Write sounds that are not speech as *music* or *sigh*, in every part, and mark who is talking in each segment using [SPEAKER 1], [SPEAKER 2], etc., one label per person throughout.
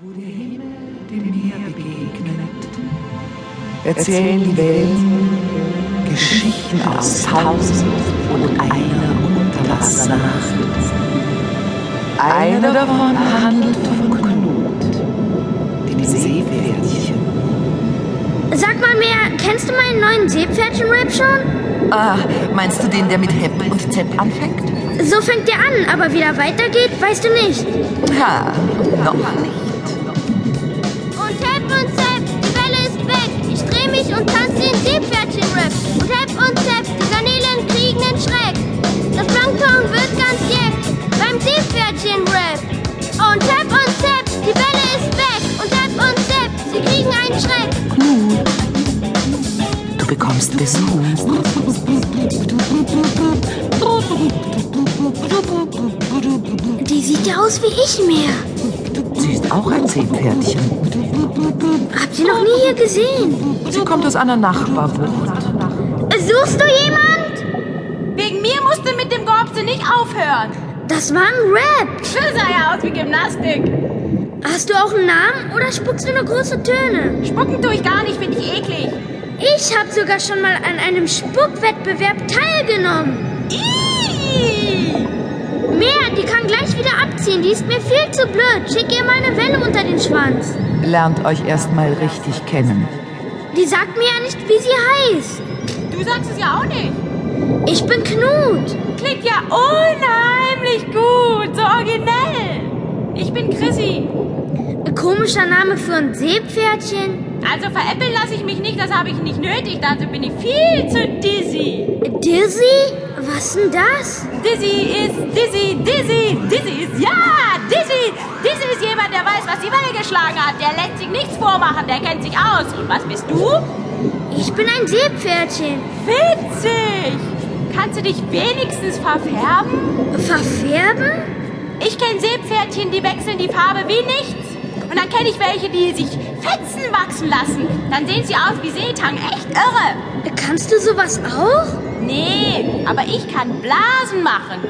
[SPEAKER 1] Wo der Himmel dem Meer begegnet, erzählen die Wellen Geschichten aus tausend und einer Unterwassernacht. Eine davon handelt von Knut, dem Seepferdchen.
[SPEAKER 2] Sag mal mehr, kennst du meinen neuen Seepferdchen-Rap schon?
[SPEAKER 3] Ah, meinst du den, der mit Hep und Zep anfängt?
[SPEAKER 2] So fängt er an, aber wie er weitergeht, weißt du nicht.
[SPEAKER 3] Ha, noch nicht.
[SPEAKER 2] Und Help und Zap, die Welle ist weg. Ich dreh mich und tanze den Seepferdchen-Rap. Und Help und Zap, die Garnelen kriegen den Schreck. Das Plankton wird ganz jeck beim Seepferdchen-Rap. Und Help und Zap, die Welle ist weg. Und Help und Zap, sie kriegen einen Schreck.
[SPEAKER 3] Du bekommst Besuch.
[SPEAKER 2] Die sieht ja aus wie ich mehr.
[SPEAKER 3] Sie ist auch ein Seepferdchen.
[SPEAKER 2] Habt ihr noch nie hier gesehen?
[SPEAKER 3] Sie kommt aus einer Nachbarbucht.
[SPEAKER 2] Suchst du jemand?
[SPEAKER 4] Wegen mir musst du mit dem Gorpse nicht aufhören.
[SPEAKER 2] Das war ein Rap.
[SPEAKER 4] Schön sah ja aus wie Gymnastik.
[SPEAKER 2] Hast du auch einen Namen oder spuckst du nur große Töne?
[SPEAKER 4] Spucken tue ich gar nicht, finde ich eklig.
[SPEAKER 2] Ich habe sogar schon mal an einem Spuckwettbewerb teilgenommen. Mehr, die kann gleich wieder abziehen. Die ist mir viel zu blöd. Schick ihr meine Welle unter den Schwanz.
[SPEAKER 3] Lernt euch erstmal richtig kennen.
[SPEAKER 2] Die sagt mir ja nicht, wie sie heißt.
[SPEAKER 4] Du sagst es ja auch nicht.
[SPEAKER 2] Ich bin Knut.
[SPEAKER 4] Klingt ja unheimlich gut, so originell. Ich bin Chrissy.
[SPEAKER 2] Ein komischer Name für ein Seepferdchen.
[SPEAKER 4] Also veräppeln lasse ich mich nicht, das habe ich nicht nötig. Dazu bin ich viel zu dizzy.
[SPEAKER 2] Dizzy? Was denn das?
[SPEAKER 4] Dizzy ist dizzy, dizzy, dizzy ist ja, dizzy. Dizzy ist jemand, der weiß, was die Welle geschlagen hat. Der lässt sich nichts vormachen, der kennt sich aus. Und was bist du?
[SPEAKER 2] Ich bin ein Seepferdchen.
[SPEAKER 4] Witzig. Kannst du dich wenigstens verfärben?
[SPEAKER 2] Verfärben?
[SPEAKER 4] Ich kenne Seepferdchen, die wechseln die Farbe wie nichts. Und dann kenne ich welche, die sich Fetzen wachsen lassen. Dann sehen sie aus wie Seetang. Echt irre.
[SPEAKER 2] Kannst du sowas auch?
[SPEAKER 4] Nee, aber ich kann Blasen machen.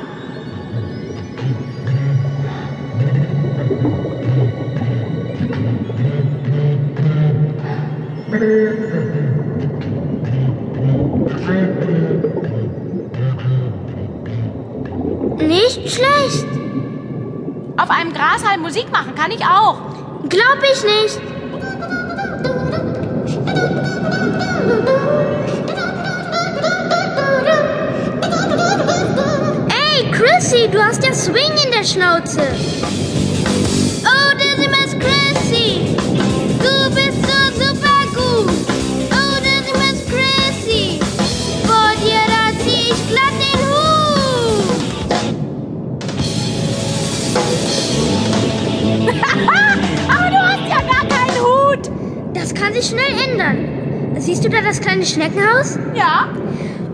[SPEAKER 2] Nicht schlecht.
[SPEAKER 4] Auf einem Grashalm Musik machen kann ich auch. *laughs*
[SPEAKER 2] Glaub ich nicht. Ey, Chrissy, du hast ja Swing in der Schnauze. Oh, Dizzy Miss Chrissy, du bist so super gut. Oh, Dizzy Miss Chrissy, vor dir, da zieh ich glatt den Hut.
[SPEAKER 4] aber du hast ja gar keinen Hut.
[SPEAKER 2] Das kann sich schnell ändern. Siehst du da das kleine Schneckenhaus?
[SPEAKER 4] Ja?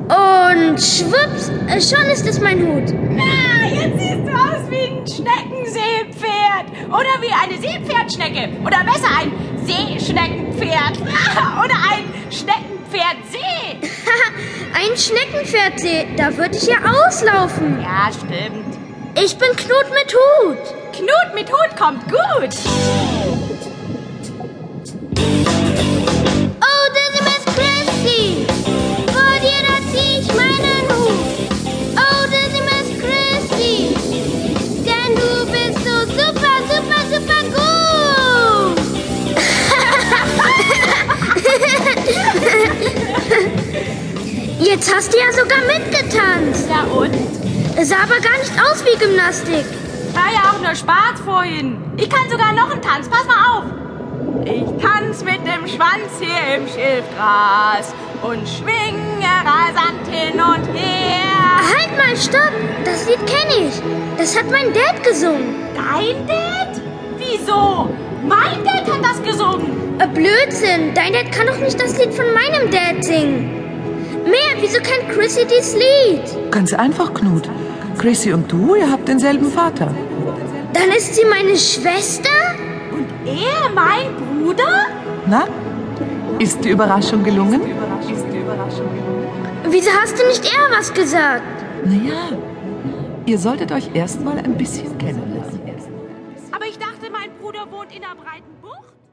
[SPEAKER 2] Und schwupps, äh, schon ist es mein Hut.
[SPEAKER 4] Na, Ah, jetzt siehst du aus wie ein Schneckenseepferd. Oder wie eine Seepferdschnecke. Oder besser ein Seeschneckenpferd. Ah, Oder ein Schneckenpferdsee.
[SPEAKER 2] Ein Schneckenpferdsee, da würde ich ja auslaufen.
[SPEAKER 4] Ja, stimmt.
[SPEAKER 2] Ich bin Knut mit Hut.
[SPEAKER 4] Knut mit Hut kommt gut.
[SPEAKER 2] Oh, Dizzy Miss Chrissy, vor dir, da zieh ich meinen Hut. Oh, Dizzy Miss Chrissy, denn du bist so super, super, super gut. *laughs* Jetzt hast du ja sogar mitgetanzt.
[SPEAKER 4] Ja und?
[SPEAKER 2] Es sah aber gar nicht aus wie Gymnastik.
[SPEAKER 4] War ja auch nur Spaß vorhin. Ich kann sogar noch einen Tanz. Pass mal auf. Ich tanz mit dem Schwanz hier im Schilfgras und schwinge rasant hin und her.
[SPEAKER 2] Halt mal, stopp! Das Lied kenne ich. Das hat mein Dad gesungen.
[SPEAKER 4] Dein Dad? Wieso? Mein Dad hat das gesungen.
[SPEAKER 2] Äh, Blödsinn, dein Dad kann doch nicht das Lied von meinem Dad singen. Mehr, wieso kennt Chrissy dieses Lied?
[SPEAKER 3] Ganz einfach, Knut. Chrissy und du, ihr habt denselben Vater.
[SPEAKER 2] Dann ist sie meine Schwester?
[SPEAKER 4] Und er, mein Bruder?
[SPEAKER 3] Na? Ist die Überraschung gelungen?
[SPEAKER 2] Wieso hast du nicht eher was gesagt?
[SPEAKER 3] Naja, ihr solltet euch erstmal ein bisschen kennenlernen.
[SPEAKER 4] Aber ich dachte, mein Bruder wohnt in der breiten Bucht?